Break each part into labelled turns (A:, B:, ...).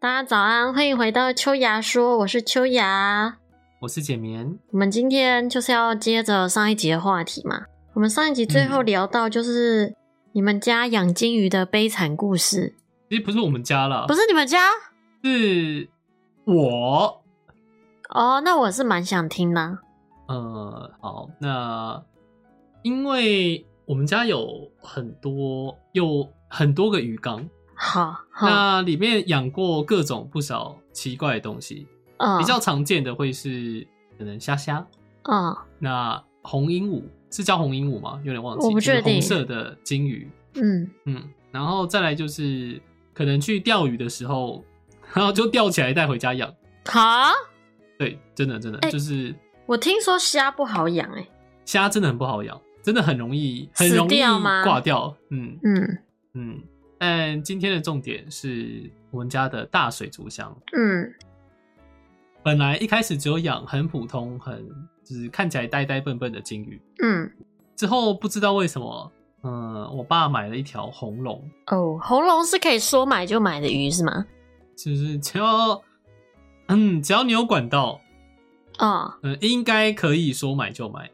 A: 大家早安，欢迎回到秋芽说，我是秋芽。
B: 我是简眠，
A: 我们今天就是要接着上一集的话题嘛。我们上一集最后
B: 嗯
A: 聊到就是你们家养金鱼的悲惨故事，
B: 其实不是我们家啦，
A: 不是你们家
B: 是我。
A: 哦？那我是蛮想听的。
B: 呃，好，那因为我们家有很多有很多个鱼缸，
A: 好，好，
B: 那里面养过各种不少奇怪的东西，
A: 嗯，
B: 比较常见的会是可能虾虾，
A: 嗯
B: 那红鹦鹉是叫红鹦鹉吗？有点忘记，
A: 我不
B: 就是
A: 确定
B: 红色的金鱼，
A: 嗯，
B: 嗯，然后再来就是可能去钓鱼的时候，然后就钓起来带回家养。
A: 好。
B: 对，真的真的、
A: 哎
B: 就是
A: 我听说虾不好养，哎，
B: 虾真的很不好养，真的很容易很
A: 死
B: 容易
A: 掉吗
B: 挂掉。嗯
A: 嗯
B: 嗯，但今天的重点是我们家的大水族箱。
A: 嗯
B: 本来一开始只有养很普通、很就是看起来呆呆笨笨的金鱼，
A: 嗯，
B: 之后不知道为什么，嗯，我爸买了一条红龙，
A: 哦，红龙是可以说买就买的鱼是吗？
B: 就是只要嗯只要你有管道，
A: 哦，
B: 嗯，应该可以说买就买。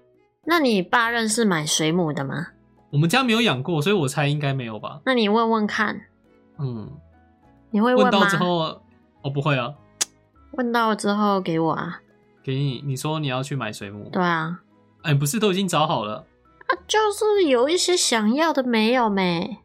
A: 那你爸认识买水母的吗？
B: 我们家没有养过，所以我猜应该没有吧。
A: 那你问问看，
B: 嗯，
A: 你会
B: 问
A: 吗？
B: 到之后，哦，不会啊，
A: 问到之后给我啊，
B: 给你，你说你要去买水母，
A: 对啊，
B: 哎、不是都已经找好了？
A: 啊，就是有一些想要的没有没，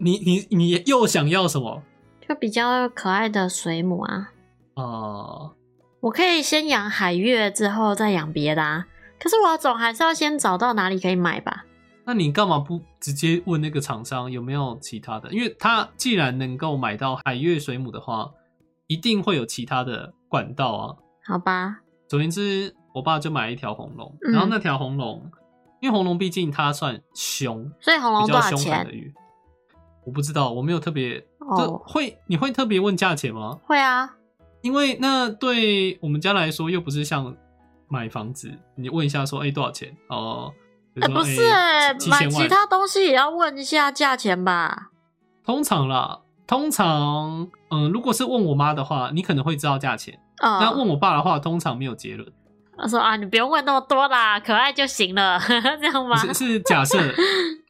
B: 你你你又想要什么？
A: 就比较可爱的水母啊，
B: 啊、
A: 我可以先养海月，之后再养别的啊。可是我总还是要先找到哪里可以买吧。
B: 那你干嘛不直接问那个厂商有没有其他的？因为他既然能够买到海月水母的话，一定会有其他的管道啊。
A: 好吧，
B: 总而言之，我爸就买了一条红龙，
A: 嗯
B: 然后那条红龙，因为红龙毕竟它算凶，
A: 所以红龙
B: 比
A: 多
B: 较
A: 少
B: 凶狠的
A: 钱？
B: 鱼，我不知道，我没有特别，这
A: 哦，
B: 会你会特别问价钱吗？
A: 会啊，
B: 因为那对我们家来说，又不是像买房子，你问一下说，哎、多少钱？哦、比
A: 哎、
B: 如说
A: 不是哎、
B: 哎七
A: 买
B: 千
A: 其
B: 万。
A: 他东西也要问一下价钱吧？
B: 通常啦，通常，嗯，如果是问我妈的话，你可能会知道价钱；
A: 啊、
B: 但问我爸的话，通常没有结论，
A: 他说啊，你不用问那么多啦，可爱就行了， 这样吗？
B: 是是假 设，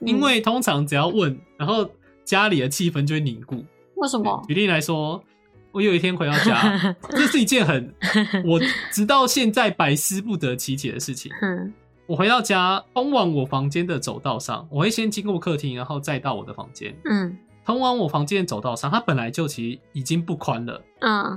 B: 因为通常只要问，然后家里的气氛就会凝固。
A: 为什么？
B: 举例来说，我有一天回到家，这是一件很我直到现在百思不得其解的事情。
A: 嗯
B: 我回到家，通往我房间的走道上，我会先经过客厅，然后再到我的房间。
A: 嗯
B: 通往我房间的走道上，它本来就其实已经不宽了，
A: 嗯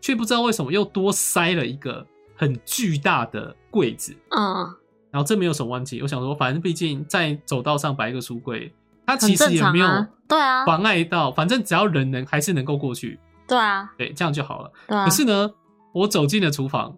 B: 却不知道为什么又多塞了一个很巨大的柜子。
A: 嗯，
B: 然后这没有什么问题，我想说，反正毕竟在走道上摆一个书柜，它其实
A: 很正
B: 也
A: 常啊
B: 没有
A: 对啊
B: 妨碍到，反正只要人能还是能够过去，
A: 对啊
B: 对，这样就好了。
A: 对啊。
B: 可是呢，我走进了厨房，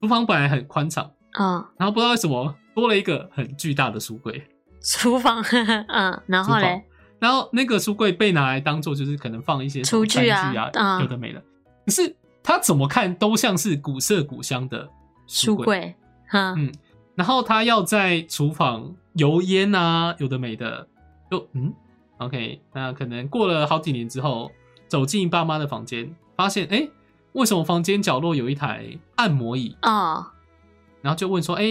B: 厨房本来很宽敞，
A: 嗯，
B: 然后不知道为什么多了一个很巨大的书柜。
A: 厨房 嗯，然后嘞，
B: 然后那个书柜被拿来当做就是可能放一些什么
A: 厨具啊
B: 餐具
A: 嗯
B: 有的没的。可是它怎么看都像是古色古香的
A: 书柜，嗯
B: 嗯然后他要在厨房油烟啊，有的没的，就嗯，OK，那可能过了好几年之后，走进爸妈的房间，发现哎、诶为什么房间角落有一台按摩椅？
A: 哦
B: 然后就问说，哎、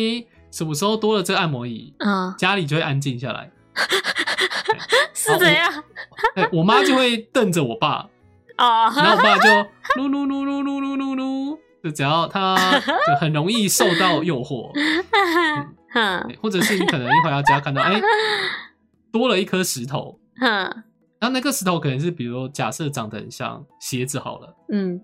B: 什么时候多了这个按摩椅？
A: 嗯，
B: 家里就会安静下来。
A: 是怎样？
B: 哎，我妈就会瞪着我爸，
A: 哦，
B: 然后我爸就噜噜噜噜噜噜噜噜，就只要他就很容易受到诱惑，
A: 哼
B: 对或者是你可能一回到家看到，哎、多了一颗石头，
A: 哼
B: 然后那颗石头可能是比如说假设长得很像鞋子好了，
A: 嗯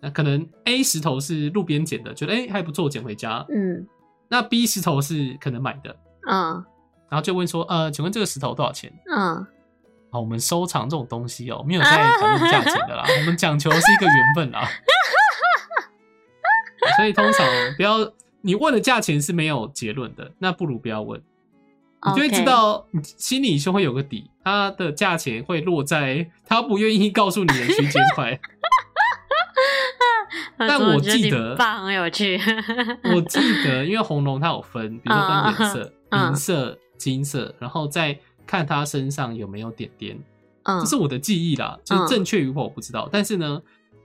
B: 那可能 A 石头是路边捡的，觉得哎、还不错，捡回家。
A: 嗯
B: 那 B 石头是可能买的，
A: 嗯
B: 然后就问说，呃，请问这个石头多少钱？
A: 嗯，
B: 啊，我们收藏这种东西哦，
A: 啊
B: 没有在讨论价钱的啦，我们讲求的是一个缘分啦。 所以通常不要你问的价钱是没有结论的，那不如不要问，你就会
A: OK
B: 知道你心里就会有个底，它的价钱会落在他不愿意告诉你的区间块。但
A: 我
B: 我
A: 觉你
B: 记得
A: 爸很有趣，
B: 我记得，因为红龙它有分，比如说分颜色，
A: 嗯
B: 银色、金色，然后再看它身上有没有点点。
A: 嗯
B: 这是我的记忆啦，就是正确与否我不知道。但是呢，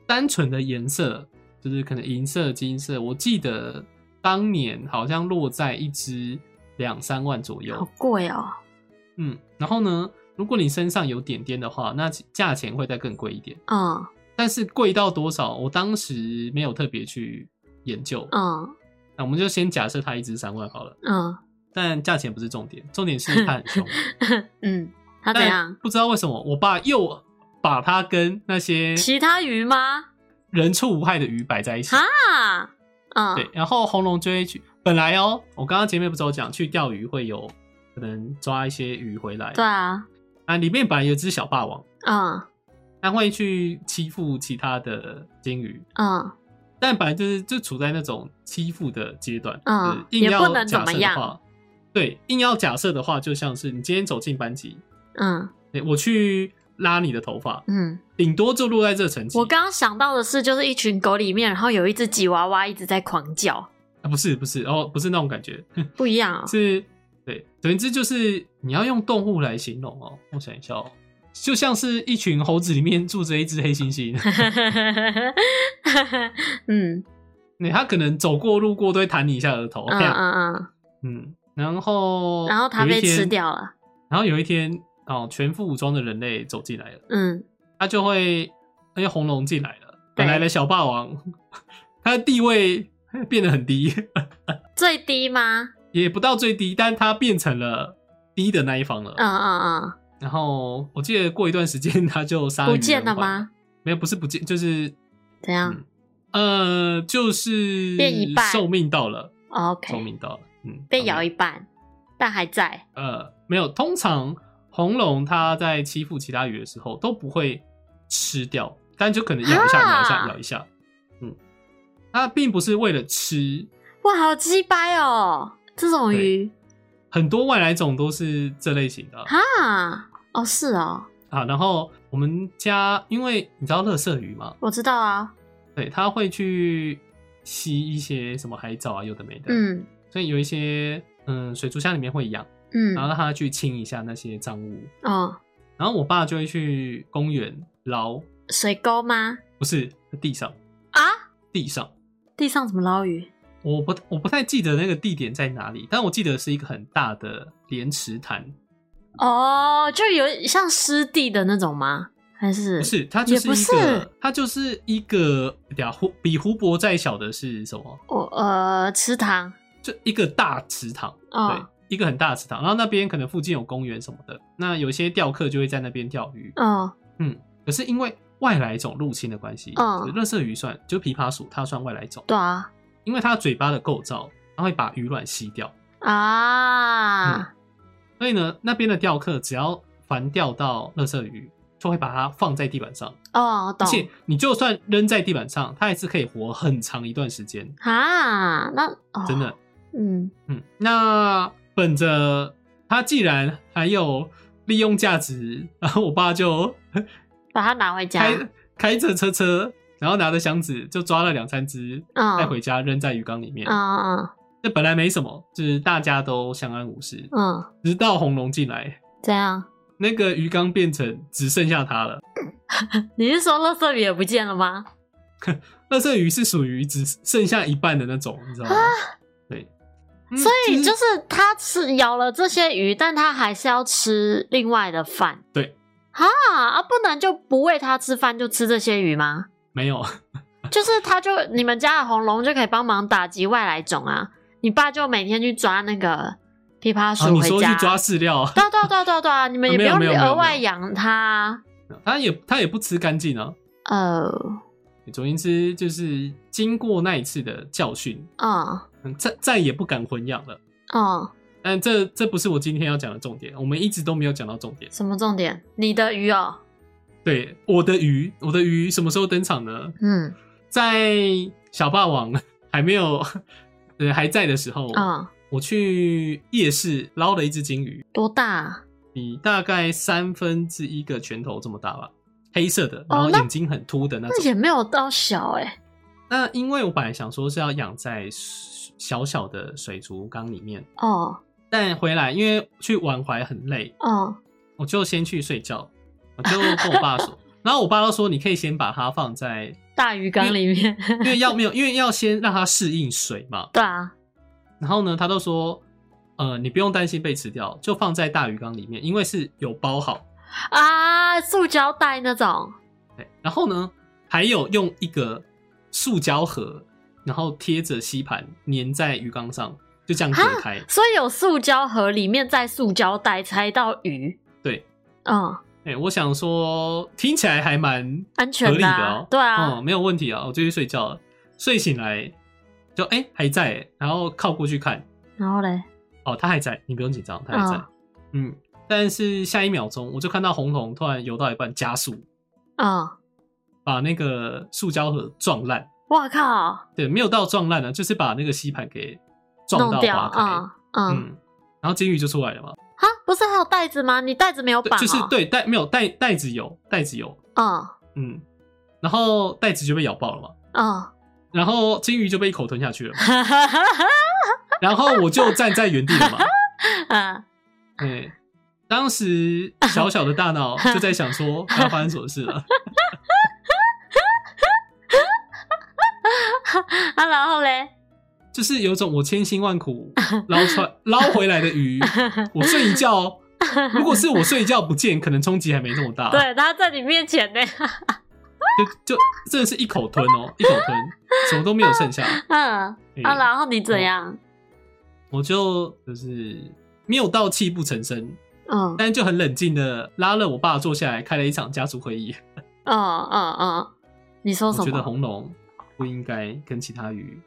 B: 单纯的颜色，就是可能银色、金色，我记得当年好像落在一只两三万左右
A: 好。贵哦、
B: 嗯，然后呢，如果你身上有点点的话，那价钱会再更贵一点。
A: 嗯
B: 但是贵到多少，我当时没有特别去研究。
A: 嗯
B: 那我们就先假设它一只三万好了，
A: 嗯
B: 但价钱不是重点，重点是它 很凶。
A: 嗯，他怎
B: 但
A: 样？
B: 不知道为什么，我爸又把它跟那些
A: 其他鱼吗？
B: 人畜无害的鱼摆在一
A: 啊
B: 起。
A: 哈，嗯，
B: 对，然后红龙就会去。本来哦，我刚刚前面不是有讲，去钓鱼会有可能抓一些鱼回来。
A: 对啊，
B: 啊，里面本来有一只小霸王，
A: 嗯
B: 它会去欺负其他的金鱼，
A: 嗯
B: 但本来就是就处在那种欺负的阶段，
A: 嗯
B: 就是硬
A: 也
B: 要
A: 不能怎
B: 假
A: 么
B: 设
A: 样
B: 的话，对，硬要假设的话，就像是你今天走进班级，
A: 嗯
B: 对我去拉你的头发，
A: 嗯。
B: 顶多就落在这层级。
A: 我刚刚想到的是，就是一群狗里面，然后有一只吉娃娃一直在狂叫，
B: 啊，不是不是哦，不是那种感觉，
A: 不一样、哦。
B: 是，对，总之就是你要用动物来形容哦。我想一下哦，就像是一群猴子里面住着一只黑猩 猩，
A: 嗯
B: 对，它可能走过路过都会弹你一下额头，
A: 嗯
B: 啪
A: 嗯
B: 嗯，然后
A: 嗯，然后它
B: 有一
A: 被吃
B: 天，
A: 掉了。
B: 然后有一天哦，全副武装的人类走进来了，
A: 嗯，
B: 他就会，因为红龙进来了，本
A: 对
B: 来的小霸王，他的地位变得很低，
A: 最低吗？
B: 也不到最低，但他变成了低的那一方了，
A: 嗯嗯
B: 然后我记得过一段时间他就杀
A: 嗯，
B: 了
A: 不
B: 女
A: 见了
B: 人还
A: 吗？
B: 没有，不是不见，就是
A: 怎样、
B: 嗯呃，就是
A: 变一半
B: 寿命到了，
A: o
B: 寿
A: k
B: 命到了，嗯，
A: 哦被咬
B: 一
A: 一半，但还在。
B: 呃没有，通常红龙它在欺负其他鱼的时候都不会吃掉，但就可能咬一下、
A: 啊
B: 咬一下咬一下，嗯，它并不是为了吃，
A: 哇，好鸡掰哦！这种鱼
B: 很多外来种都是这类型
A: 啊
B: 的
A: 哈，哦是哦，
B: 啊。然后我们家因为你知道乐色鱼吗？
A: 我知道啊，
B: 对，他会去吸一些什么海藻啊，有的没的。，
A: 嗯
B: 所以有一些嗯水族箱里面会养，
A: 嗯
B: 然后让它去清一下那些脏污。
A: 哦，
B: 然后我爸就会去公园捞，
A: 水沟吗？
B: 不是地上
A: 啊，
B: 地上。
A: 地上怎么捞鱼？
B: 我不我不太记得那个地点在哪里，但我记得是一个很大的莲池潭，
A: 哦，就有像湿地的那种吗？还是
B: 不是它就
A: 也
B: 是
A: 不
B: 一个
A: 是
B: 它就是一个，对啊，湖比湖泊再小的是什么？
A: 我呃池塘
B: 就一个大池塘，对
A: 哦，
B: 一个很大的池塘，然后那边可能附近有公园什么的，那有些钓客就会在那边钓鱼。
A: 哦
B: 嗯，可是因为外来种入侵的关系，
A: 嗯
B: 就是热色鱼算就琵琶鼠，它算外来种，
A: 对啊
B: 因为它嘴巴的构造，它会把鱼卵吸掉，嗯
A: 啊
B: 所以呢，那边的钓客只要凡钓到热色鱼，就会把它放在地板上，
A: 哦
B: 而
A: 懂
B: 且你就算扔在地板上，它还是可以活很长一段时间，
A: 啊那哦
B: 真的。
A: 嗯
B: 嗯，那本着它既然还有利用价值，然后我爸就
A: 把它拿回家
B: 开开着车车，然后拿着箱子就抓了两三只
A: 嗯
B: 带回家扔在鱼缸里面。
A: 嗯嗯
B: 这本来没什么，就是大家都相安无事，
A: 嗯
B: 直到红龙进来，
A: 这样
B: 那个鱼缸变成只剩下它了。
A: 你是说垃圾鱼也不见了吗？
B: 那这鱼是属于只剩下一半的那种，你知道吗？
A: 啊
B: 对，嗯
A: 所以
B: 就
A: 就是是它吃咬了这些鱼，但它还是要吃另外的饭。
B: 对
A: 啊啊，不能就不喂它吃饭，就吃这些鱼吗？
B: 没有，
A: 就是它就你们家的红龙就可以帮忙打击外来种啊。你爸就每天去抓那个琵琶
B: 啊，
A: 鼠
B: 你
A: 回
B: 说去
A: 家。
B: 抓饲料，
A: 对啊对啊对啊对啊对啊！你们也不
B: 没有
A: 用
B: 没有没有
A: 额外
B: 没有
A: 养它。
B: 它也它也不吃干净啊。
A: 呃，
B: 总而言之，就是经过那一次的教训，
A: 嗯
B: 嗯，再再也不敢混养了。
A: 嗯，
B: 但这这不是我今天要讲的重点，我们一直都没有讲到重点。
A: 什么重点？你的鱼哦，
B: 对，我的鱼，我的鱼什么时候登场呢？
A: 嗯
B: 在小霸王 还没有，呃，还在的时候，
A: 嗯，
B: 我去夜市捞了一只金鱼，
A: 多大啊、
B: 比大概三分之一个拳头这么大吧，黑色的，然
A: 哦
B: 后
A: 那
B: 眼睛很凸的那
A: 那
B: 种。
A: 也没有到小哎、
B: 那因为我本来想说是要养在小小的水族缸里面。
A: 哦
B: 但回来因为去玩怀很累，
A: 哦
B: 我就先去睡觉，我就跟我爸说，然后我爸都说你可以先把它放在
A: 大鱼缸里面。
B: 因为要没有，因为要先让它适应水嘛。
A: 对啊，
B: 然后呢，他都说，呃，你不用担心被吃掉，就放在大鱼缸里面，因为是有包好。
A: 啊，塑胶袋那种，
B: 对，然后呢，还有用一个塑胶盒，然后贴着吸盘粘在鱼缸上，就这样隔开。
A: 所以有塑胶盒里面再塑胶袋才到鱼。
B: 对，
A: 嗯，
B: 哎、我想说，听起来还蛮
A: 安
B: 合
A: 全
B: 理
A: 的
B: 的
A: 啊、
B: 哦、
A: 对啊，
B: 嗯，没有问题啊，我就去睡觉了。睡醒来就哎、还在、然后靠过去看，
A: 然后嘞，
B: 哦，他还在，你不用紧张，他还在。嗯，但是下一秒钟我就看到红彤突然游到一半加速，
A: 嗯，
B: 把那个塑胶盒撞烂。
A: 我靠，
B: 对，没有到撞烂呢，啊就是把那个吸盘给撞
A: 弄
B: 到
A: 掉，
B: 划开。
A: 嗯嗯，
B: 嗯，然后金鱼就出来了嘛。
A: 哈，不是还有袋子吗？你袋子没有
B: 对，
A: 绑、哦，
B: 就是，对袋没有袋袋子有袋子有，
A: 嗯
B: 嗯，然后袋子就被咬爆了嘛。
A: 嗯，
B: 然后金鱼就被一口吞下去了嘛，然后我就站在原地了嘛。
A: 嗯
B: 哎，当时小小的大脑就在想说，刚刚发生什么事了？
A: 啊，然后嘞，
B: 就是有种我千辛万苦捞出来捞回来的鱼，我睡一觉哦，如果是我睡一觉不见，可能冲击还没这么大。，
A: 对，他在你面前呢，
B: 就就真的是一口吞哦，一口吞，什么都没有剩下。
A: 嗯，
B: 哎
A: 啊，然后你怎样？
B: 我就就是没有到泣不成声，
A: 嗯
B: 但是就很冷静的拉了我爸坐下来，开了一场家族会议。
A: 嗯嗯嗯，你说
B: 我
A: 什
B: 觉得
A: 么？
B: 红龙不应该跟其他鱼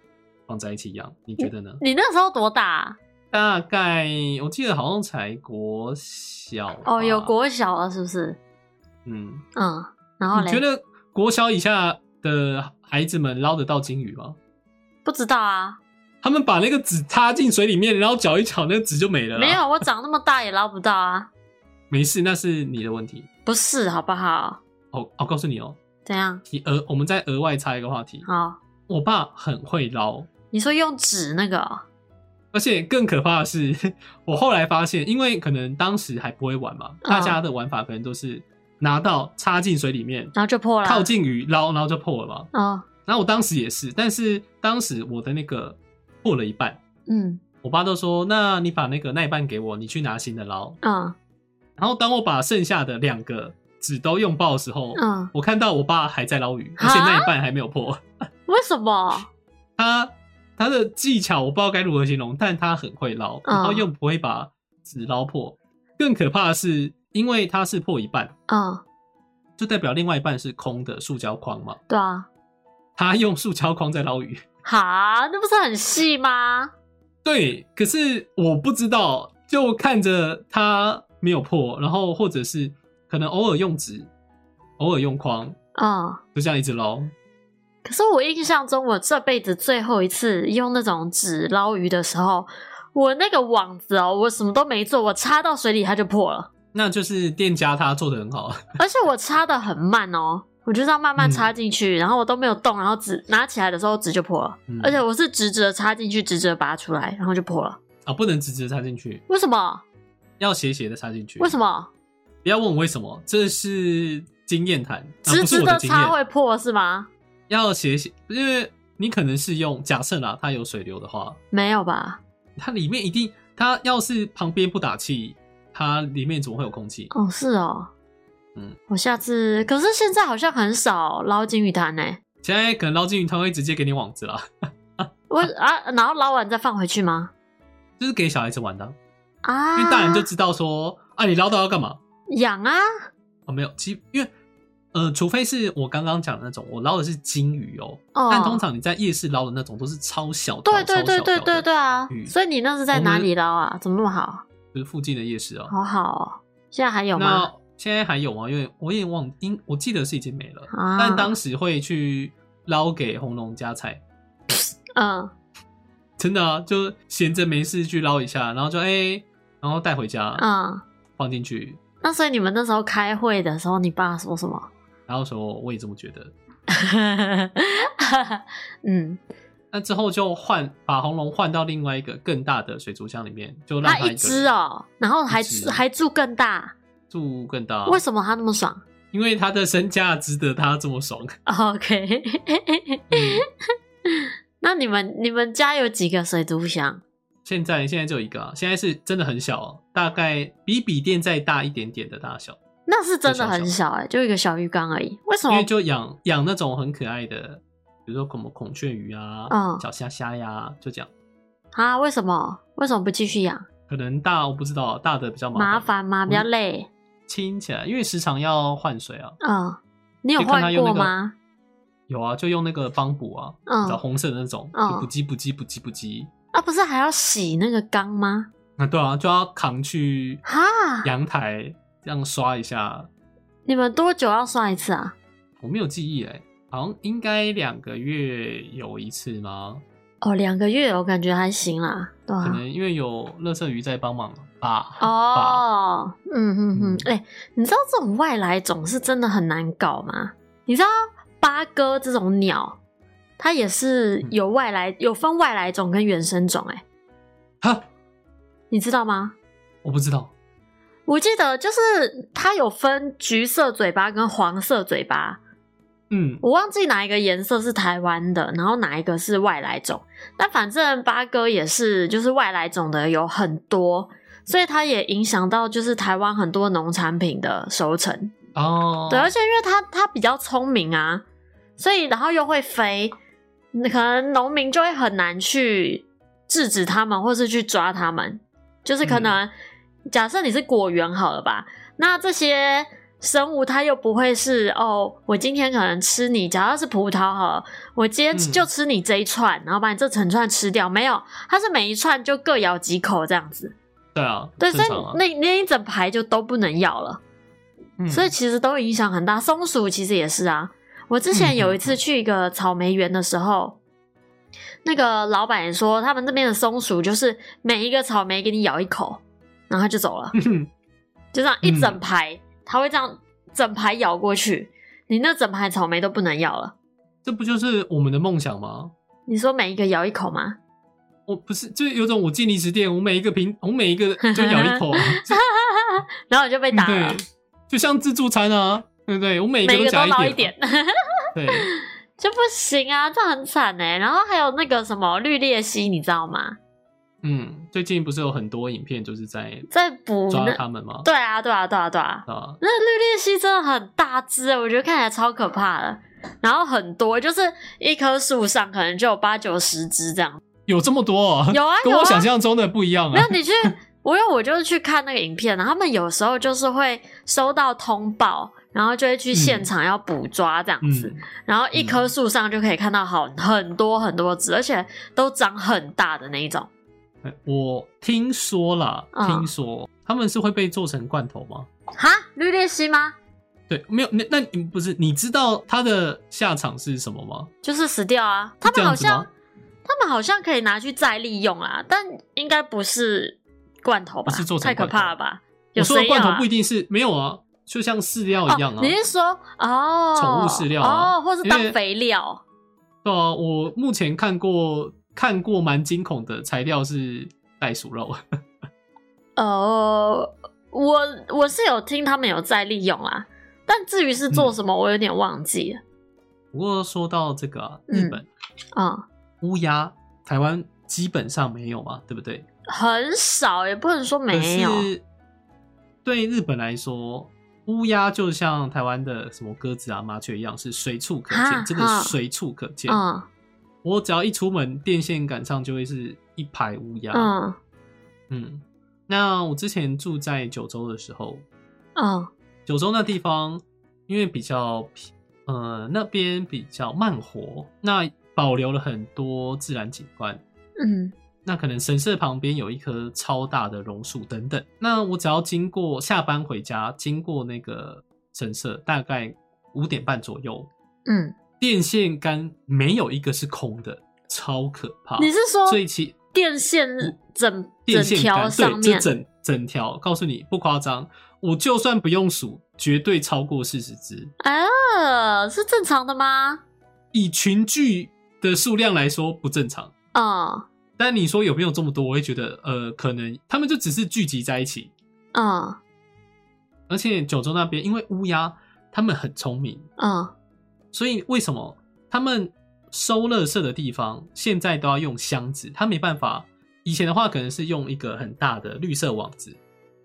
B: 放在一起养，你
A: 嗯
B: 觉得呢？
A: 你那时候多大啊、
B: 大概我记得好像才国小
A: 哦，有
B: 吧
A: 国小了是不是？
B: 嗯。
A: 嗯，然后
B: 你
A: 嘞，
B: 觉得国小以下的孩子们捞得到金鱼吗？
A: 不知道啊，
B: 他们把那个纸插进水里面，然后搅一搅，那个纸就没了。啊
A: 没，有，我长那么大也捞不到啊，
B: 没事，那是你的问题。
A: 不是好不好？
B: 哦，我告诉你哦，
A: 怎样？
B: 你额我们再额外插一个话题。
A: 好，
B: 我爸很会捞，
A: 你说用纸那个哦、
B: 而且更可怕的是，我后来发现，因为可能当时还不会玩嘛，
A: 嗯啊
B: 大家的玩法可能都是拿到插进水里面，
A: 然后就破了，
B: 靠近鱼捞，然后就破了嘛。
A: 哦，
B: 然后我当时也是，但是当时我的那个破了一半，
A: 嗯
B: 我爸都说：“那你把那个那一半给我，你去拿新的捞。
A: 嗯”
B: 然后当我把剩下的两个纸都用爆的时候，
A: 嗯，
B: 我看到我爸还在捞鱼，
A: 啊
B: 而且那一半还没有破。
A: 为什么？
B: 他他的技巧我不知道该如何形容，但他很会捞，
A: 嗯
B: 然后又不会把纸捞破。更可怕的是，因为他是破一半，
A: 嗯，
B: 就代表另外一半是空的塑胶框嘛。
A: 对啊，
B: 他用塑胶框在捞鱼。
A: 哈，那不是很细吗？
B: 对，可是我不知道，就看着它没有破，然后或者是可能偶尔用纸，偶尔用框，
A: 嗯，
B: 就这样一直捞。
A: 可是我印象中，我这辈子最后一次用那种纸捞鱼的时候，我那个网子哦，我什么都没做，我插到水里它就破了，
B: 那就是店家他做的很好，
A: 而且我插的很慢哦。我就是要慢慢插进去，然后我都没有动，然后纸拿起来的时候纸就破了，
B: 嗯
A: 而且我是直直的插进去，直直的拔出来，然后就破了。
B: 啊不能直直的插进去，
A: 为什么？
B: 要斜斜的插进去。
A: 为什
B: 么？
A: 么？
B: 不要问我为什么，这是经验谈，啊、
A: 直
B: 不是
A: 直
B: 我的
A: 的
B: 经
A: 插
B: 验。
A: 会破是吗？
B: 要斜斜，因为你可能是用假设啦，它有水流的话，
A: 没有吧？
B: 它里面一定，它要是旁边不打气，它里面怎么会有空气？
A: 哦，是哦。
B: 嗯，
A: 我下次可是现在好像很少捞金鱼滩呢。
B: 现在可能捞金鱼，它会直接给你网子啦。
A: 我啊，然后捞完再放回去吗？
B: 就是给小孩子玩的啊、
A: 啊，
B: 因为大人就知道说啊，你唠叨要干嘛？
A: 养啊。
B: 哦，没有，其实因为呃，除非是我刚刚讲的那种，我捞的是金鱼哦，
A: 哦，
B: 但通常你在夜市捞的那种都是超小条、
A: 对对对
B: 超
A: 对
B: 小条的嗯
A: 对对啊
B: 鱼！
A: 所以你那是在哪里捞啊？怎么那么好？
B: 就是附近的夜市哦。
A: 好好哦，现在还有吗？
B: 那现在还有吗？因为我也忘，因我记得是已经没了，
A: 啊
B: 但当时会去捞给红龙家菜。
A: 嗯，
B: 真的啊，就闲着没事去捞一下，然后就哎、然后带回家，
A: 嗯，
B: 放进去，
A: 那所以你们那时候开会的时候，你爸说什么？
B: 然后说我也这么觉得，
A: 嗯，
B: 那之后就换把红龙换到另外一个更大的水族箱里面，就让
A: 他
B: 它
A: 一
B: 个
A: 只哦，然后还
B: 一只
A: 还住更大，
B: 住更大。
A: 为什么他那么爽？
B: 因为他的身价值得他这 么爽。
A: OK，
B: 嗯、
A: 那你们你们家有几个水族箱？
B: 现在现在就一个、啊，现在是真的很小、哦，大概比笔电再大一点点的大小，
A: 那是真的很小哎、就一个小浴缸而已。为什
B: 因为
A: 么？
B: 就养养那种很可爱的，比如说什么孔雀鱼啊、
A: 嗯
B: 小虾虾呀，就这样。
A: 啊？为什么？为什么不继续养？
B: 可能大我不知道，大的比较
A: 麻
B: 烦，
A: 烦吗？比较累。
B: 清起来，因为时常要换水啊。
A: 嗯，你有
B: 就看他
A: 换
B: 用那
A: 过
B: 个
A: 吗？
B: 有啊，就用那个帮补啊，你知道
A: 嗯，
B: 红色的那种，
A: 嗯
B: 就补给补给补给补给。
A: 啊，不是还要洗那个缸吗？
B: 啊，对啊，就要扛去
A: 哈，
B: 阳台这样刷一下。
A: 你们多久要刷一次啊？
B: 我没有记忆哎、好像应该两个月有一次吗？
A: 哦，两个月，我感觉还行啦，对
B: 可
A: 啊。
B: 能因为有乐色鱼在帮忙吧。吧，
A: 哦，嗯嗯嗯
B: 嗯，
A: 哎、你知道这种外来种是真的很难搞吗？你知道八哥这种鸟，它也是有外来，有分外来种跟原生种、哎，
B: 哈，
A: 你知道吗？
B: 我不知道。
A: 我记得就是它有分橘色嘴巴跟黄色嘴巴，
B: 嗯，
A: 我忘记哪一个颜色是台湾的，然后哪一个是外来种。但反正八哥也是，就是外来种的有很多，所以它也影响到就是台湾很多农产品的收成。
B: 哦，
A: 对，而啊且因为它它比较聪明啊，所以然后又会飞，那可能农民就会很难去制止他们，或是去抓他们。就是可能、
B: 嗯
A: 假设你是果园好了吧，那这些生物它又不会是哦，我今天可能吃你，假如是葡萄好了，我今天
B: 嗯
A: 就吃你这一串，然后把你这整串吃掉。没有，它是每一串就各咬几口这样子。
B: 对啊，
A: 对，所
B: 正
A: 以
B: 常啊
A: 那那一整排就都不能要了。
B: 嗯
A: 所以其实都影响很大。松鼠其实也是啊，我之前有一次去一个草莓园的时候，那个老板也说他们这边的松鼠就是每一个草莓给你咬一口，然后它就走了，就这样一整排，它会这样整排咬过去，你那整排草莓都不能要了。
B: 这不就是我们的梦想吗？
A: 你说每一个咬一口吗？
B: 我不是，就有种我进零食店，我每一个瓶，我每一个就咬一口、 啊，就
A: 然后你就被打了
B: 对，，就像自助餐啊，对不嗯对？我每一
A: 每一
B: 都
A: 个
B: 夹
A: 都捞
B: 一
A: 一点
B: 啊，，对，
A: 就不行啊，这很惨哎、然后还有那个什么绿鬣蜥，你知道吗？
B: 嗯，最近不是有很多影片就是在
A: 在捕
B: 抓
A: 那，
B: 他们吗？
A: 对啊，对啊，对啊，对啊，
B: 啊，
A: 那绿鬣蜥真的很大只，我觉得看起来超可怕的。然后很多，就是一棵树上可能就有八九十只这样。
B: 有这么多、哦，
A: 有啊
B: 跟
A: 有
B: 我
A: 啊
B: 想象中的不一样
A: 没
B: 啊
A: 有。你去，我因为我就是去看那个影片，然啊后他们有时候就是会收到通报，然后就会去现场要捕抓这样子。
B: 嗯，
A: 然后一棵树上就可以看到好很多很多只，而且都长很大的那一种。
B: 哎我听说啦，
A: 嗯
B: 听说他们是会被做成罐头吗？
A: 哈，绿鬣蜥吗？
B: 对，没有，那那你不是你知道他的下场是什么吗？
A: 就是死掉啊。
B: 是
A: 他
B: 这
A: 们好
B: 样子
A: 像
B: 吗，？
A: 他们好像可以拿去再利用啊，但应该不是罐头吧？
B: 不是做成
A: 太可怕了吧？有
B: 我说
A: 谁
B: 的罐
A: 要
B: 头
A: 啊
B: 不一定是没有啊，就像饲料一样啊。
A: 哦？你是说哦，
B: 宠物饲料啊
A: 哦，或是
B: 因为
A: 当肥料？
B: 对啊，我目前看过看过蛮惊恐的材料是袋鼠肉，
A: 呃，我我是有听他们有再利用啦，但至于是做
B: 嗯
A: 什么，我有点忘记了。
B: 不过说到这个啊、
A: 嗯
B: 日本、
A: 嗯，
B: 乌鸦，台湾基本上没有嘛，对不对？
A: 很少，也不能说没有
B: 可。是对日本来说，乌鸦就像台湾的什么鸽子啊、麻雀一样，是随处可
A: 啊
B: 见，真的
A: 啊
B: 随处可见。
A: 嗯
B: 我只要一出门，电线杆上就会是一排乌鸦。
A: 嗯
B: 嗯那我之前住在九州的时候，
A: 嗯
B: 九州那地方因为比较平呃那边比较慢活，那保留了很多自然景观。
A: 嗯
B: 那可能神社旁边有一棵超大的榕树等等。那我只要经过下班回家，经过那个神社，大概五点半左右，
A: 嗯，
B: 电线杆没有一个是空的，超可怕。
A: 你是说
B: 所以其
A: 哦电线整整
B: 电线
A: 条
B: 杆
A: 上
B: 对，这
A: 面？
B: 整整条，告诉你不夸张，我就算不用数，绝对超过四十只。
A: 啊，是正常的吗？
B: 以群聚的数量来说不正常，
A: 嗯
B: 但你说有没有这么多？我会觉得呃，可能他们就只是聚集在一起，
A: 嗯
B: 而且九州那边因为乌鸦他们很聪明，
A: 嗯，
B: 所以为什么他们收垃圾的地方现在都要用箱子？他没办法，以前的话可能是用一个很大的绿色网子，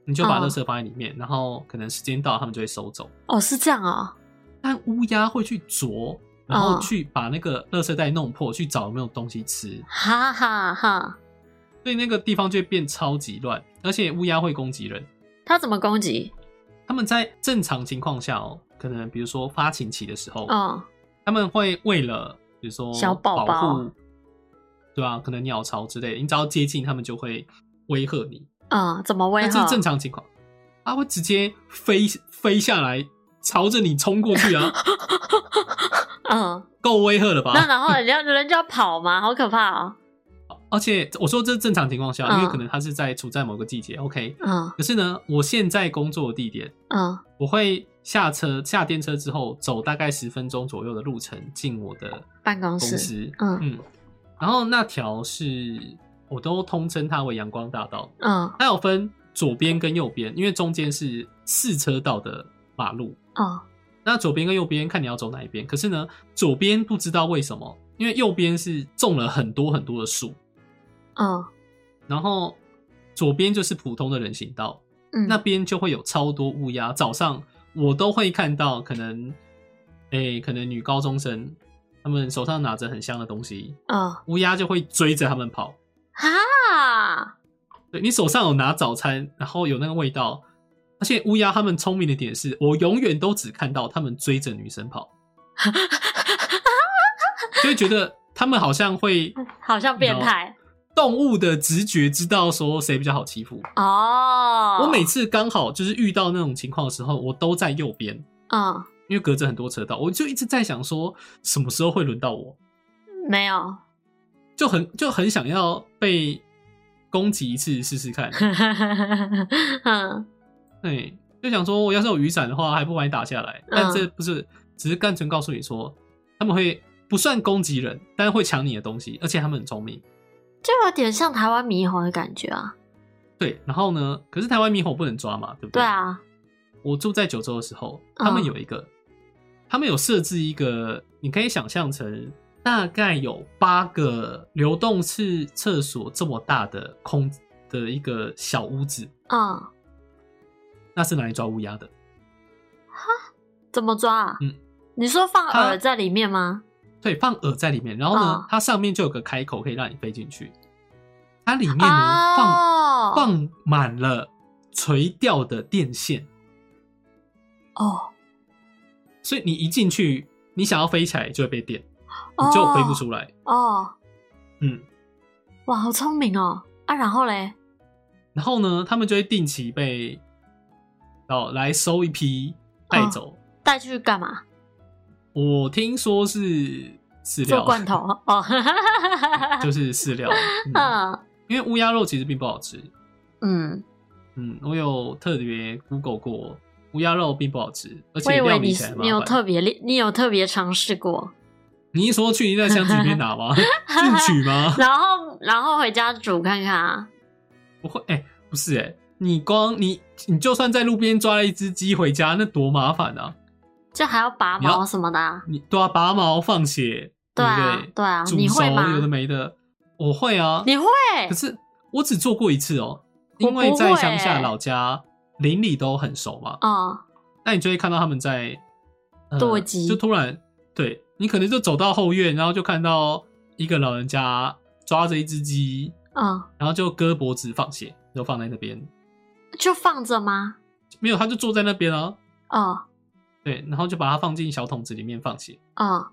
B: 你就把
A: 哦
B: 垃圾放在里面，然后可能时间到他们就会收走。
A: 哦，是这样啊、
B: 但乌鸦会去啄，然后
A: 嗯
B: 去把那个垃圾袋弄破，去找有没有东西吃，
A: 哈哈哈！
B: 所以那个地方就会变超级乱，而且乌鸦会攻击人。
A: 他怎么攻击？
B: 他们在正常情况下哦，可能比如说发情期的时候，
A: 嗯
B: 他们会为了比如说
A: 小宝宝
B: 保护，对啊，可能鸟巢之类的，你只要接近他们就会威吓你。
A: 嗯，怎么威
B: 但这是
A: 吓？
B: 正常情况，它会直接飞飞下来，朝着你冲过 去啊，
A: 嗯，
B: 够威吓了吧？
A: 那然后人家人家跑嘛，好可怕哦。
B: 而且我说这是正常情况下，因为
A: 嗯
B: 可能它是在处在某个季节，OK。
A: 嗯
B: 可是呢，我现在工作的地点，
A: 嗯
B: 我会下车下电车之后走大概十分钟左右的路程进我的
A: 办公
B: 公
A: 室
B: 司，
A: 嗯
B: 嗯，然后那条是我都通称它为阳光大道，
A: 嗯
B: 它有分左边跟右边，因为中间是四车道的马路。
A: 哦
B: 那左边跟右边看你要走哪一边，可是呢，左边不知道为什么，因为右边是种了很多很多的树，
A: 嗯
B: 然后左边就是普通的人行道，
A: 嗯，
B: 那边就会有超多乌鸦。早上我都会看到，可能，诶、可能女高中生，她们手上拿着很香的东西，
A: 嗯
B: 乌鸦就会追着她们跑。
A: 哈
B: 对你手上有拿早餐，然后有那个味道，而且乌鸦它们聪明的点是，我永远都只看到它们追着女生跑，就会觉得它们好像会
A: 好像变态
B: 动物的直觉知道说谁比较好欺负。
A: 哦。
B: 我每次刚好就是遇到那种情况的时候，我都在右边，
A: 嗯
B: 因为隔着很多车道，我就一直在想说什么时候会轮到我，
A: 没有，
B: 就很就很想要被攻击一次试试看。
A: 嗯
B: 对，就想说我要是有雨伞的话，还不把你打下来？
A: 嗯
B: 但这不是，只是单纯告诉你说，他们会不算攻击人，但是会抢你的东西，而且他们很聪明。
A: 就有点像台湾猕猴的感觉啊。
B: 对，然后呢？可是台湾猕猴不能抓嘛，对不
A: 对
B: 对？。
A: 啊，
B: 我住在九州的时候，他们
A: 嗯
B: 有一个，他们有设置一个，你可以想象成大概有八个流动式厕所这么大的空的一个小屋子，
A: 嗯，
B: 那是拿来抓乌鸦的。
A: 怎么抓、啊？
B: 嗯
A: 你说放
B: 它
A: 饵在里面吗？
B: 对，放饵在里面，然后呢
A: 嗯，
B: 它上面就有个开口可以让你飞进去。它里面呢、
A: 哦，
B: 放放满了垂钓的电线，
A: 哦，
B: 所以你一进去，你想要飞起来就会被电，你就飞不出来。
A: 哦，
B: 嗯，
A: 哇，好聪明哦！啊，然后嘞，
B: 然后呢，他们就会定期被哦来收一批带走。
A: 带去干嘛？
B: 我听说是饲料，
A: 做罐 头哦，
B: 就是饲料、嗯
A: 嗯
B: 因为乌鸦肉其实并不好吃。
A: 嗯，
B: 嗯，我有特别 Google 过，乌鸦肉并不好吃，而
A: 我以
B: 且料
A: 为
B: 理
A: 你
B: 起来很麻
A: 你有
B: 烦。
A: 特别你有特别尝试过，
B: 你一说去你在箱子里面 拿吗？进取吗？
A: 然后然后回家煮看看啊。
B: 不会，哎、不是哎、你光你你就算在路边抓了一只鸡回家，那多麻烦啊！
A: 就还要拔
B: 你
A: 毛
B: 要
A: 什么的啊、
B: 你都要拔毛放血，
A: 对啊
B: 不对？
A: 对啊，
B: 煮
A: 你
B: 熟
A: 会吗
B: 有？的没的，我会啊。
A: 你会？
B: 可是我只做过一次哦、
A: 我
B: 因为在
A: 不会
B: 乡下
A: 欸
B: 老家邻里都很熟嘛，
A: 嗯
B: 那你就会看到他们在、呃
A: 剁鸡
B: 就突然对你可能就走到后院，然后就看到一个老人家抓着一只鸡，
A: 嗯，
B: 然后就割脖子放血，就放在那边，
A: 就放着吗？
B: 没有他就坐在那边啊，
A: 哦
B: 对，然后就把它放进小桶子里面放血，
A: 哦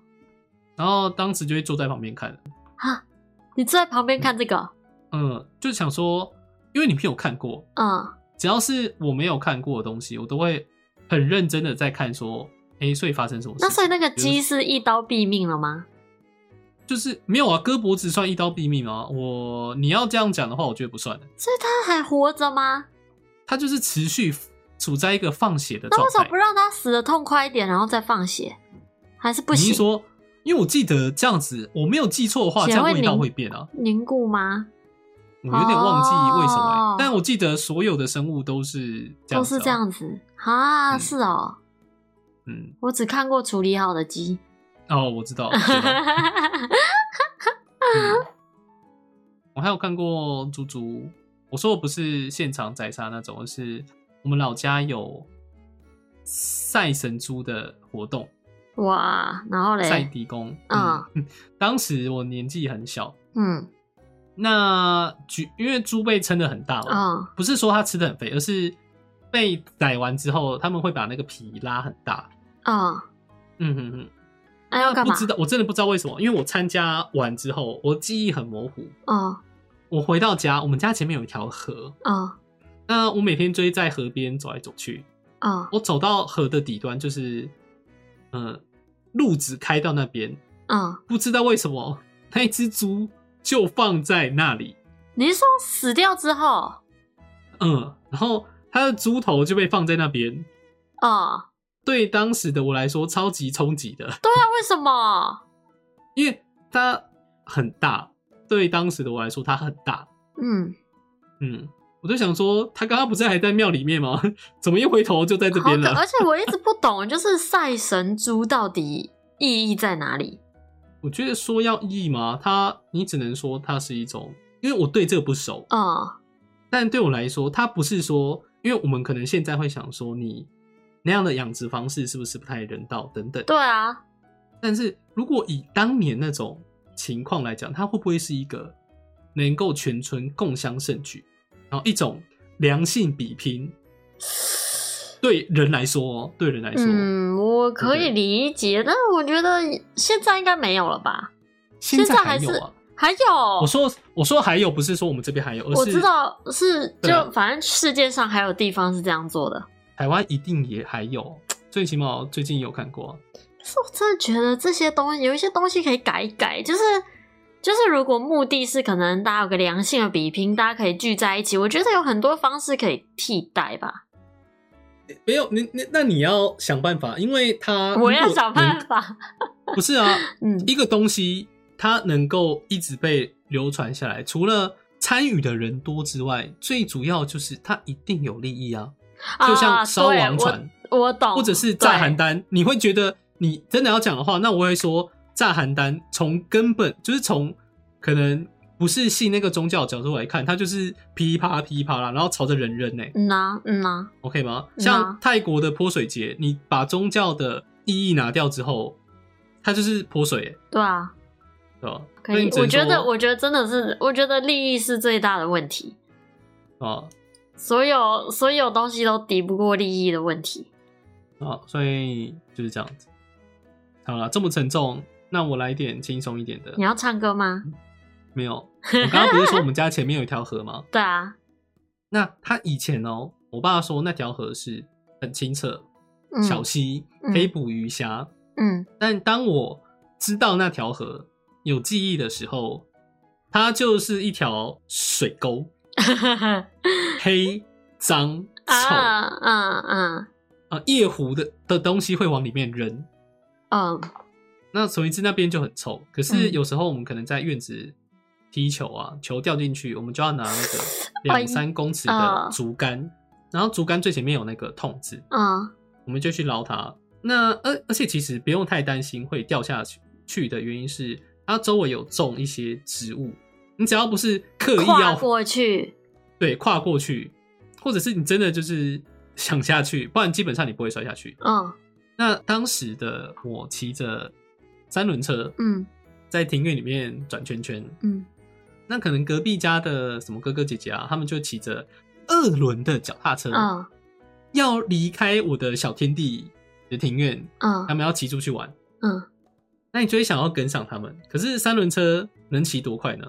B: 然后当时就会坐在旁边看，
A: 哈，你坐在旁边看这个，
B: 嗯，就想说，因为你没有看过，
A: 嗯
B: 只要是我没有看过的东西，我都会很认真的在看，说，哎、所以发生什么事情？
A: 那所以那个鸡是一刀毙命了吗？
B: 就是没有啊，割脖子算一刀毙命啊，我你要这样讲的话，我觉得不算的，
A: 所以它还活着吗？
B: 它就是持续处在一个放血的
A: 那
B: 状
A: 为什么
B: 态
A: 不。让它死的痛快一点，然后再放血？还是不
B: 你是
A: 行？
B: 说，因为我记得这样子，我没有记错的话，这
A: 血
B: 样
A: 会
B: 味道
A: 凝
B: 会变啊。
A: 凝固吗？
B: 我有点忘记为什么欸、
A: 哦
B: 但我记得所有的生物都是这
A: 都
B: 样、子啊
A: 是这样子啊？
B: 嗯
A: 是哦，
B: 嗯，
A: 我只看过处理好的鸡。
B: 哦，我知道。知 道嗯我还有看过猪猪，我说我不是现场宰杀那种，而是我们老家有赛神猪的活动，
A: 哇，然后
B: 赛
A: 嘞，
B: 狄公。
A: 啊
B: 嗯， 当时我年纪很小，
A: 嗯
B: 那举因为猪被撑得很大嘛，
A: 嗯
B: 不是说它吃的很肥，而是被宰完之后，他们会把那个皮拉很大。
A: 嗯，
B: 嗯哼哼，
A: 那哎要干
B: 不
A: 嘛？
B: 知道，我真的不知道为什么，因为我参加完之后，我记忆很模糊。
A: 嗯
B: 我回到家，我们家前面有一条河，
A: 嗯
B: 那我每天追在河边走来走去，
A: 嗯
B: 我走到河的底端，就是，嗯，路只开到那边，
A: 嗯，
B: 不知道为什么那一只猪就放在那里，
A: 你是说死掉之后？
B: 嗯，然后它的猪头就被放在那边，
A: 哦，
B: 对当时的我来说超级冲击的，
A: 对啊，为什么？
B: 因为它很大，对当时的我来说它很大，
A: 嗯，
B: 嗯，我就想说，它刚刚不是还在庙里面吗？ 怎么一回头就在这边
A: 好可
B: 了？
A: 而且我一直不懂，就是赛神猪到底意义在哪里？
B: 我觉得说要意义吗？它你只能说它是一种，因为我对这个不熟，
A: 嗯
B: 但对我来说，它不是说，因为我们可能现在会想说你那样的养殖方式是不是不太人道等等，
A: 对啊，
B: 但是如果以当年那种情况来讲，它会不会是一个能够全村共襄盛举，然后一种良性比拼？对人来说哦，对人来说，
A: 嗯，我可以
B: 对
A: 理解，但是我觉得现在应该没有了吧？现
B: 现
A: 在
B: 在还
A: 还
B: 有
A: 是
B: 啊。
A: 还有，
B: 我说我说还有，不是说我们这边还有，而是
A: 我知道是
B: 对啊
A: 就反正世界上还有地方是这样做的，
B: 台湾一定也还有，最起码我最近有看过。啊
A: 可是我真的觉得这些东西有一些东西可以改一改，就是就是如果目的是可能大家有个良性的比拼，大家可以聚在一起，我觉得有很多方式可以替代吧。
B: 没有，你你那你要想办法，因为它
A: 我要想办
B: 法，
A: 法，
B: 不是啊，
A: 嗯
B: 一个东西它能够一直被流传下来，除了参与的人多之外，最主要就是它一定有利益啊，就像烧王船，
A: 啊对我我懂，
B: 或者是炸邯
A: 对
B: 郸，你会觉得你真的要讲的话，那我会说炸邯郸从根本就是从可能不是信那个宗教的角度来看，它就是噼里啪啦噼里啪啦，然后朝着人扔呢、
A: 嗯呐嗯呐，
B: o k 吗？
A: 嗯啊
B: 像泰国的泼水节，你把宗教的意义拿掉之后，它就是泼水、欸，
A: 对啊，
B: 对吧？
A: 可以
B: 所，
A: 我
B: 你只
A: 觉
B: 能
A: 得
B: 说
A: 我觉得真的是，我觉得利益是最大的问题，
B: 啊
A: 所有所有东西都敌不过利益的问题。
B: 啊，所以就是这样子。好了，这么沉重，那我来点轻松一点的
A: 你。要唱歌吗？
B: 没有，我刚刚不是说我们家前面有一条河吗？
A: 对啊，
B: 那他以前哦，我爸说那条河是很清澈、
A: 嗯
B: 小溪，
A: 嗯
B: 可以捕鱼虾。
A: 嗯
B: 但当我知道那条河有记忆的时候，它就是一条水 沟，
A: 嗯
B: 黑、脏、臭啊、
A: 啊嗯嗯
B: 夜壶的的东西会往里面扔。
A: 嗯
B: 那所以之那边就很臭。可是
A: 嗯
B: 有时候我们可能在院子踢球啊，球掉进去，我们就要拿那 个两三公尺的
A: 啊
B: 竹竿，然后竹竿最前面有那个筒子，
A: 嗯
B: 我们就去捞它。那而而且其实不用太担心会掉下去去的原因是，它周围有种一些植物，你只要不是刻意
A: 跨
B: 要
A: 过去，
B: 对跨过去，或者是你真的就是想下去，不然基本上你不会摔下去。
A: 嗯
B: 那当时的我骑着三轮车，
A: 嗯
B: 在庭院里面转圈圈。
A: 嗯
B: 那可能隔壁家的什么哥哥姐姐啊，他们就骑着二轮的脚踏车，
A: 嗯
B: 要离开我的小天地的庭院，他
A: 嗯
B: 们要骑出去玩。
A: 嗯，
B: 那你就会想要跟上他们，可是三轮车能骑多快呢？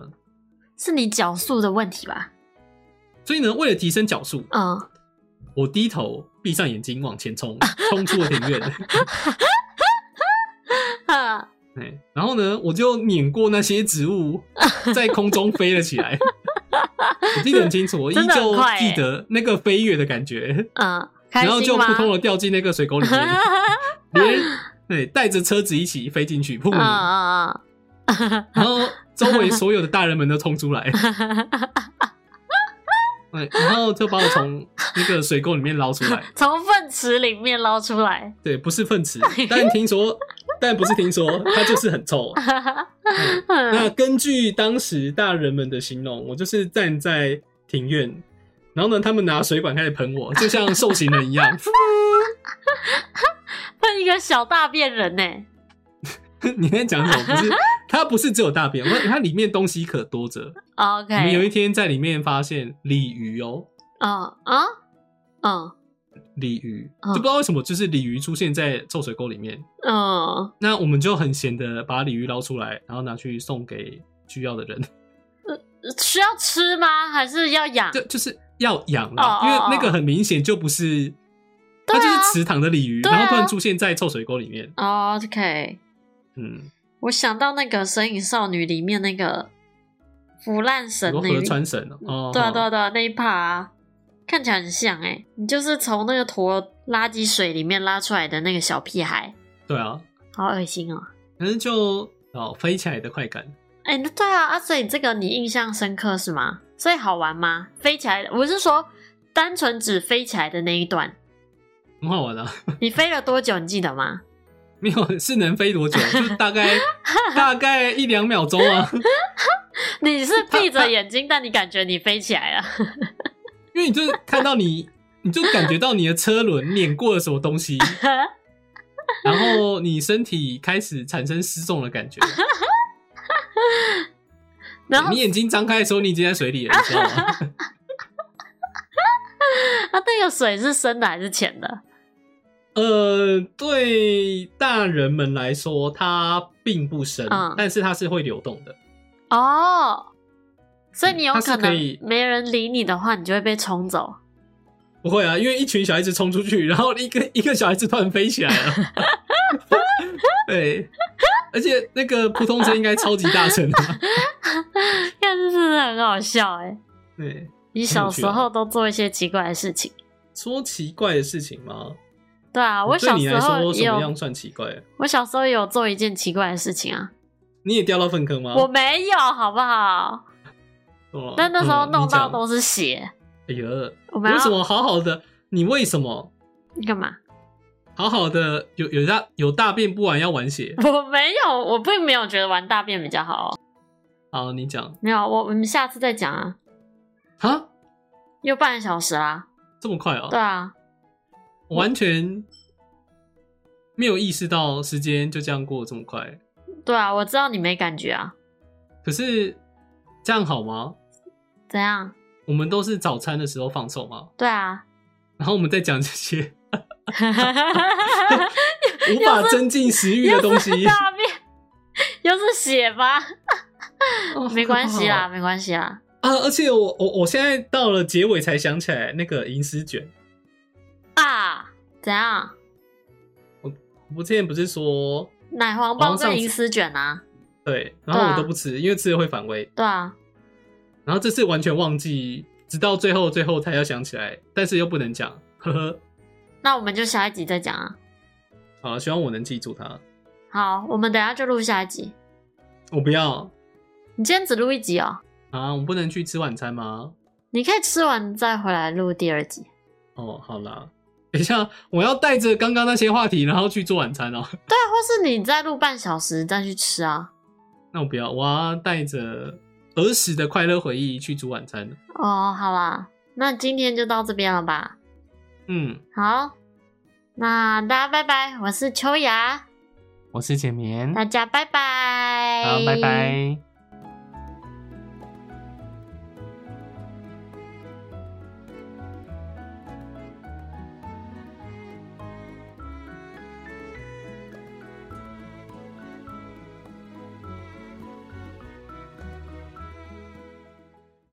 A: 是你脚速的问题吧？
B: 所以呢，为了提升脚速，
A: 嗯，
B: 我低头闭上眼睛往前冲，冲出了庭院。
A: 啊
B: 哎，然后呢，我就碾过那些植物，在空中飞了起来。 我记得很清楚，我依
A: 真的很
B: 旧
A: 快
B: 记
A: 欸
B: 得那个飞跃的感觉，
A: 嗯，开
B: 然后就
A: 心
B: 扑
A: 吗？
B: 通的掉进那个水沟里面，连对带着车子一起飞进去，噗！
A: 嗯嗯嗯
B: 然后 周围所有的大人们都冲出 来，
A: 嗯，
B: 对，然后就把我从那个水沟里面捞出来。
A: 从粪粪池里面捞出来。
B: 对，不是粪 池，但听说，但不是听说，它就是很臭。 嗯那根据当时大人们的形容，我就是站在庭院，然后呢，他们拿水管开始喷我，就像受刑人一 样。
A: 喷一个小大便人呢、
B: 你在讲什么？不是，它不是只有大便，我它里面东西可多着。
A: OK，
B: 我们有一天在里面发现鲤鱼哦，
A: 嗯啊嗯
B: 鲤鱼，
A: 嗯
B: 就不知道为什么，就是鲤鱼出现在臭水沟里面。
A: 嗯，
B: 那我们就很闲的把鲤鱼捞出来，然后拿去送给需要的人，
A: 需要吃吗？还是要养？
B: 就就是要养啦，
A: 哦哦
B: 因为
A: 哦
B: 那个很明显就不是，它
A: 对啊
B: 就是池塘的鲤鱼，
A: 对啊
B: 然后突然出现在臭水沟里面，
A: 哦 OK，
B: 嗯，
A: 我想到那个《神隐少女》里面那个腐烂神
B: 如
A: 那
B: 何
A: 一
B: 穿绳哦哦，
A: 对啊对啊对啊那一趴、啊，看起来很像哎、你就是从那个坨垃圾水里面拉出来的那个小屁孩，
B: 对啊，
A: 好恶心哦、
B: 反正就哦飞起来的快感，
A: 哎、那对啊，啊，所以这个你印象深刻是吗？所以好玩吗？飞起来的，我是说单纯只飞起来的那一段，
B: 很好玩啊，
A: 你飞了多久？你记得吗？
B: 没有是能飞多久，就大 概大概一两秒钟啊，
A: 你是闭着眼睛，但你感觉你飞起来了。
B: 因为你就是看到你，你就感觉到你的车轮碾过了什么 东西。然后你身体开始产生失重的感觉，
A: 然后
B: 你眼睛张开的时候，你已经在水里了，你知道吗？
A: 啊，那个水是深的还是浅的？
B: 呃，对大人们来说，它并不深，
A: 嗯
B: 但是它是会流动的。
A: 哦，所以你有
B: 嗯它是
A: 可
B: 可
A: 能
B: 以
A: 没人理你的话，你就会被冲走。
B: 不会啊，因为一群小孩子冲出去，然后一个一个小孩子突然飞起来 了。对，而且那个扑通声应该超级大声啊。
A: 看，这真的很好笑哎、
B: 对，
A: 你小时候都做一些奇怪的事情，
B: 说奇怪的事情吗？
A: 对啊，我
B: 哦对
A: 小
B: 你
A: 时
B: 来
A: 候
B: 说，
A: 也
B: 什么
A: 有
B: 样，算奇怪？
A: 我小时候也有做一件奇怪的事情啊，
B: 你也掉到粪坑吗？
A: 我没有，好不好？
B: 哦
A: 但那时候
B: 嗯
A: 弄
B: 你讲
A: 到都是血，
B: 哎呦，
A: 我们要
B: 为什么好好的？你为什么
A: 你干嘛？
B: 好好的有有大有大便不玩要玩血？
A: 我没有，我并没有觉得玩大便比较好、哦，
B: 好，啊你讲
A: 没有，我我们下次再讲啊，
B: 啊，
A: 又半个小时啦，
B: 这么快哦、
A: 对啊，
B: 我完全没有意识到时间就这样过得这么快。
A: 对啊，我知道你没感觉啊，
B: 可是这样好吗？
A: 怎样？
B: 我们都是早餐的时候放送嘛，
A: 对啊，
B: 然后我们再讲这些
A: 又
B: 无法增进食欲的东西，
A: 是大便，又是血吧？
B: 哦
A: 没关系啦，
B: 好可
A: 没关系啦。
B: 怕哦啊！而且我我我现在到了结尾才想起来那个银丝卷。
A: 啊，怎样？
B: 我之前不是说
A: 奶黄包跟银丝卷啊？
B: 对，然后
A: 对啊
B: 我都不吃，因为吃了会反胃。
A: 对啊，
B: 然后这次完全忘记，直到最后最后才要想起来，但是又不能讲，呵呵。
A: 那我们就下一集再讲啊。
B: 好，希望我能记住它。
A: 好，我们等一下就录下一集。
B: 我不要
A: 你今天只录一集哦，
B: 啊，我不能去吃晚餐吗？
A: 你可以吃完再回来录第二集。
B: 哦，好啦，等一下我要带着刚刚那些话题，然后去做晚餐哦。
A: 对啊，或是你再录半小时再去吃啊。
B: 那我不要，我要带着儿时的快乐回忆去煮晚餐。
A: 哦，好啦，那今天就到这边了吧？
B: 嗯，
A: 好，那大家拜拜，我是秋雅，
B: 我是简棉，
A: 大家拜拜，
B: 好，拜。拜。